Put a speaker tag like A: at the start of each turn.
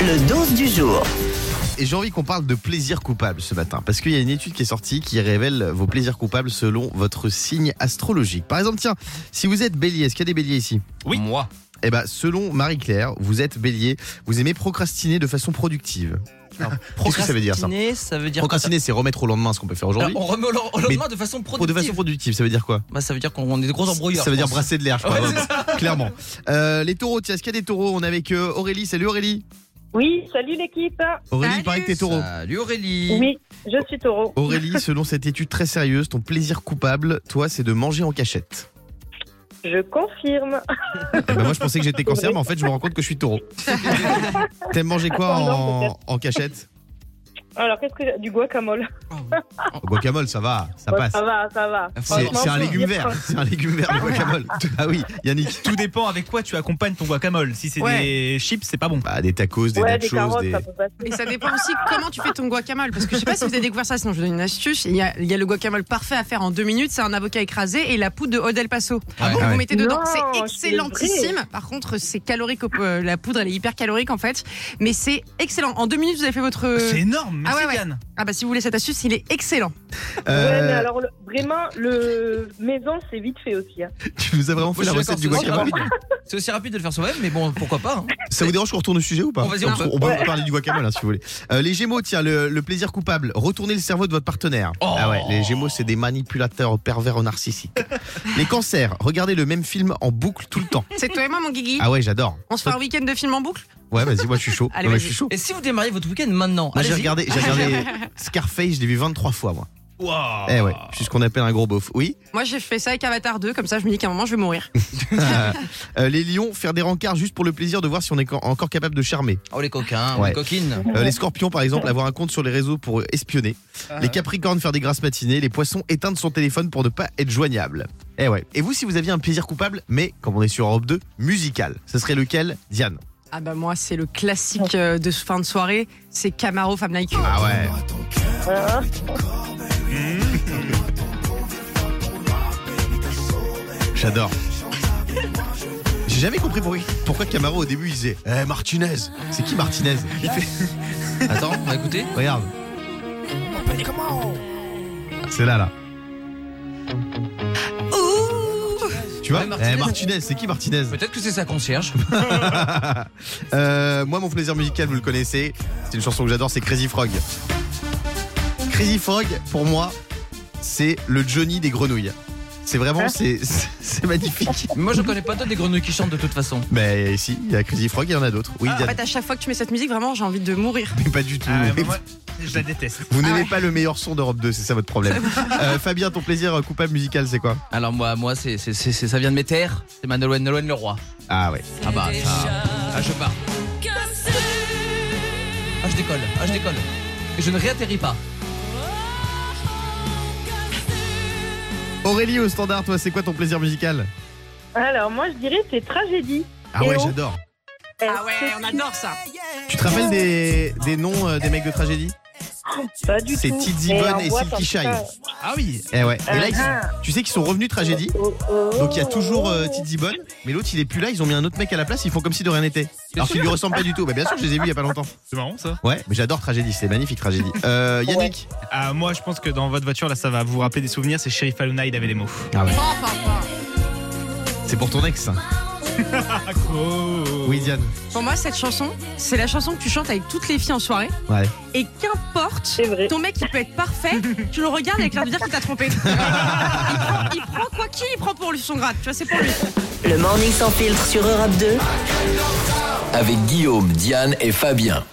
A: Le 12 du jour.
B: Et j'ai envie qu'on parle de plaisir coupable ce matin, parce qu'il y a une étude qui est sortie qui révèle vos plaisirs coupables selon votre signe astrologique. Par exemple, tiens, si vous êtes bélier, est-ce qu'il y a des béliers ici
C: Oui. Moi.
B: Eh ben, selon Marie-Claire, vous êtes bélier, vous aimez procrastiner de façon productive. Qu'est-ce que ça veut dire, ça
C: Procrastiner, ça veut dire
B: Procrastiner, c'est remettre au lendemain ce qu'on peut faire
C: Alors,
B: aujourd'hui.
C: on remet au lend- au lendemain de façon
B: Pro- De
C: productive.
B: façon productive, ça veut dire quoi
C: Bah, ça veut dire qu'on est des gros embrouilleurs.
B: Ça veut
C: je
B: dire
C: pense.
B: brasser de l'air, je crois.
C: Ouais, c'est
B: Clairement. Euh, les taureaux, tiens, est-ce qu'il y a des taureaux On est avec euh, Aurélie. Salut Aurélie.
D: Oui, salut l'équipe.
B: Aurélie, il paraît que t'es taureau.
C: Salut Aurélie.
D: Oui, je suis taureau.
B: Aurélie, selon cette étude très sérieuse, ton plaisir coupable, toi, c'est de manger en cachette.
D: Je confirme.
B: Eh ben, moi, je pensais que j'étais cancer, mais en fait, je me rends compte que je suis taureau. T'aimes manger quoi
D: Attends, non,
B: en, en cachette
D: Alors, qu'est-ce que du guacamole
B: Au Guacamole, ça va, ça
D: Ouais,
B: passe.
D: Ça va, ça va.
B: C'est
D: Franchement,
B: c'est un
D: faut
B: légume
D: dire
B: vert,
D: ça.
B: c'est un légume vert le guacamole. Ah oui, Yannick.
E: Tout dépend avec quoi tu accompagnes ton guacamole. Si c'est
F: Ouais.
E: des chips, c'est pas bon.
B: Bah, des tacos, des
D: Ouais, des
B: nachos,
D: carottes,
B: des.
D: ça peut passer.
F: Et ça dépend aussi comment tu fais ton guacamole. Parce que je sais pas si vous avez découvert ça, sinon je vous donne une astuce. Il y a, il y a le guacamole parfait à faire en deux minutes. C'est un avocat écrasé et la poudre de Odel Paso.
B: Ah bon
F: vous mettez
D: Non,
F: dedans. C'est
D: c'est vrai.
F: excellentissime. Par contre, c'est calorique. au- euh, La poudre, elle est hyper calorique en fait. Mais c'est excellent. En deux minutes, vous avez fait
B: Ah,
F: votre.
E: C'est énorme, merci
F: ouais, ouais.
E: Yann.
F: Ah bah si vous voulez cette astuce, il est excellent.
D: Ouais, mais
B: Euh,
D: alors le- vraiment, le maison, c'est vite fait aussi. hein.
B: Tu nous as vraiment
C: Moi,
B: fait
C: je
B: la
C: suis
B: recette du
C: d'accord, c'est
B: guacamole.
C: C'est aussi rapide de le faire soi-même, mais bon, pourquoi pas. hein.
B: Ça vous dérange qu'on retourne au sujet ou pas
C: Bon, vas-y, on
B: Comme ça,
C: peut.
B: on, peut parler du guacamole hein, si vous voulez. Euh, les Gémeaux, tiens, le, le plaisir coupable, retourner le cerveau de votre partenaire.
C: Oh.
B: Ah ouais, les Gémeaux, c'est des manipulateurs pervers narcissiques. les cancers, regardez le même film en boucle tout le temps.
F: C'est toi et moi, mon Guigui.
B: Ah ouais, j'adore.
F: On se fait un week-end de film en boucle
B: Ouais, vas-y, moi je suis chaud.
F: Allez,
B: Ouais, moi, je
F: vas-y.
B: suis chaud.
C: Et si vous démarrez votre week-end maintenant
B: Moi, j'ai
C: allez-y.
B: regardé, j'ai regardé Scarface, je l'ai vu 23 fois moi.
C: Ah.
E: Wow.
B: Eh ouais, je suis ce qu'on appelle un gros beauf. Oui.
F: Moi, j'ai fait ça avec Avatar 2. Comme ça, je me dis qu'à un moment, je vais mourir.
B: Euh, les lions, faire des rencarts juste pour le plaisir de voir si on est co- encore capable de charmer.
C: Oh les coquins,
B: Ouais.
C: les coquines.
B: Euh, les scorpions, par exemple, avoir un compte sur les réseaux pour espionner. Les capricornes, faire des grasses matinées. Les poissons, éteindre son téléphone pour ne pas être joignable. Eh ouais. Et vous, si vous aviez un plaisir coupable, mais comme on est sur Europe 2, musical, ce serait lequel, Diane
F: Ah bah moi, c'est le classique euh, de fin de soirée. C'est Camaro Femme Like You.
B: Ah ouais.
D: Hein
B: J'adore. J'ai jamais compris pourquoi, pourquoi Camaro au début il disait Eh Martinez C'est qui Martinez Il fait
C: Attends, on va écouter.
B: Regarde C'est là là
F: Ouh
B: Tu vois
C: Ouais, Martinez.
B: Eh, Martinez c'est qui Martinez
C: Peut-être que c'est sa concierge.
B: Euh, moi, mon plaisir musical, vous le connaissez. C'est une chanson que j'adore, c'est Crazy Frog. Crazy Frog, pour moi, c'est le Johnny des grenouilles. C'est
F: Hein
B: vraiment, c'est c'est magnifique.
C: Moi, je connais pas d'autres des grenouilles qui chantent de toute façon.
B: Mais ici, il y a Crazy Frog, il y en a d'autres. Oui,
F: En
B: Diane,
F: fait, à chaque fois que tu mets cette musique, vraiment, j'ai envie de mourir.
B: mais pas du tout.
E: Ah ouais, bah, moi, je la déteste.
B: Vous n'aimez
F: Ah ouais.
B: pas le meilleur son d'Europe 2, c'est ça votre problème. Euh, Fabien, ton plaisir coupable musical, c'est quoi
C: Alors moi, moi, c'est, c'est, c'est- c'est- ça vient de mes terres. C'est ma Nolwenn, Nolwenn le roi.
B: Ah ouais.
C: Ah bah, ça. Ah, je pars. Ah, je décolle. Ah, je décolle. Et je ne réatterris pas.
B: Aurélie au standard, toi, c'est quoi ton plaisir musical
D: Alors moi, je dirais c'est tragédie.
B: Ah
D: Et
B: ouais,
D: oh.
B: j'adore.
F: Ah ouais, on adore ça.
B: Tu te rappelles des, des noms euh, des mecs de tragédie
D: Pas du tout.
B: C'est Tizi
D: Mais
B: Bonne
D: en
B: et
D: boîte, en
B: Silky
D: tout
B: Shine.
D: cas,
E: Ah oui.
B: Eh ouais. Et là,
D: euh,
B: ils sont-
D: ah,
B: Tu sais qu'ils sont revenus tragédie,
D: oh, oh,
B: donc il y a toujours euh,
D: oh.
B: Tizi Bonne, mais l'autre il est plus là, ils ont mis un autre mec à la place, ils font comme si de rien n'était. Alors qu'il lui ressemble pas du tout. Bah, bien sûr, je les ai vus il y a pas longtemps.
E: C'est marrant ça.
B: Ouais, mais j'adore tragédie, c'est magnifique tragédie. Euh, Yannick.
E: Ah, moi, je pense que dans votre voiture, là, ça va vous rappeler des souvenirs. C'est Sheriff Aluna, il avait les mots.
B: Ah ouais.
F: Fort, fort, fort.
B: C'est pour ton ex.
E: Ah,
B: Oui, Diane.
F: Pour moi, cette chanson, c'est la chanson que tu chantes avec toutes les filles en soirée.
B: Ouais.
F: Et qu'importe,
D: C'est vrai.
F: ton mec, il peut être parfait, tu le regardes avec l'air de dire qu'il t'a trompé. il, prend, il prend quoi qui il prend pour lui son grade, tu vois, c'est pour lui.
A: Le morning sans filtre sur Europe 2.
G: avec Guillaume, Diane et Fabien.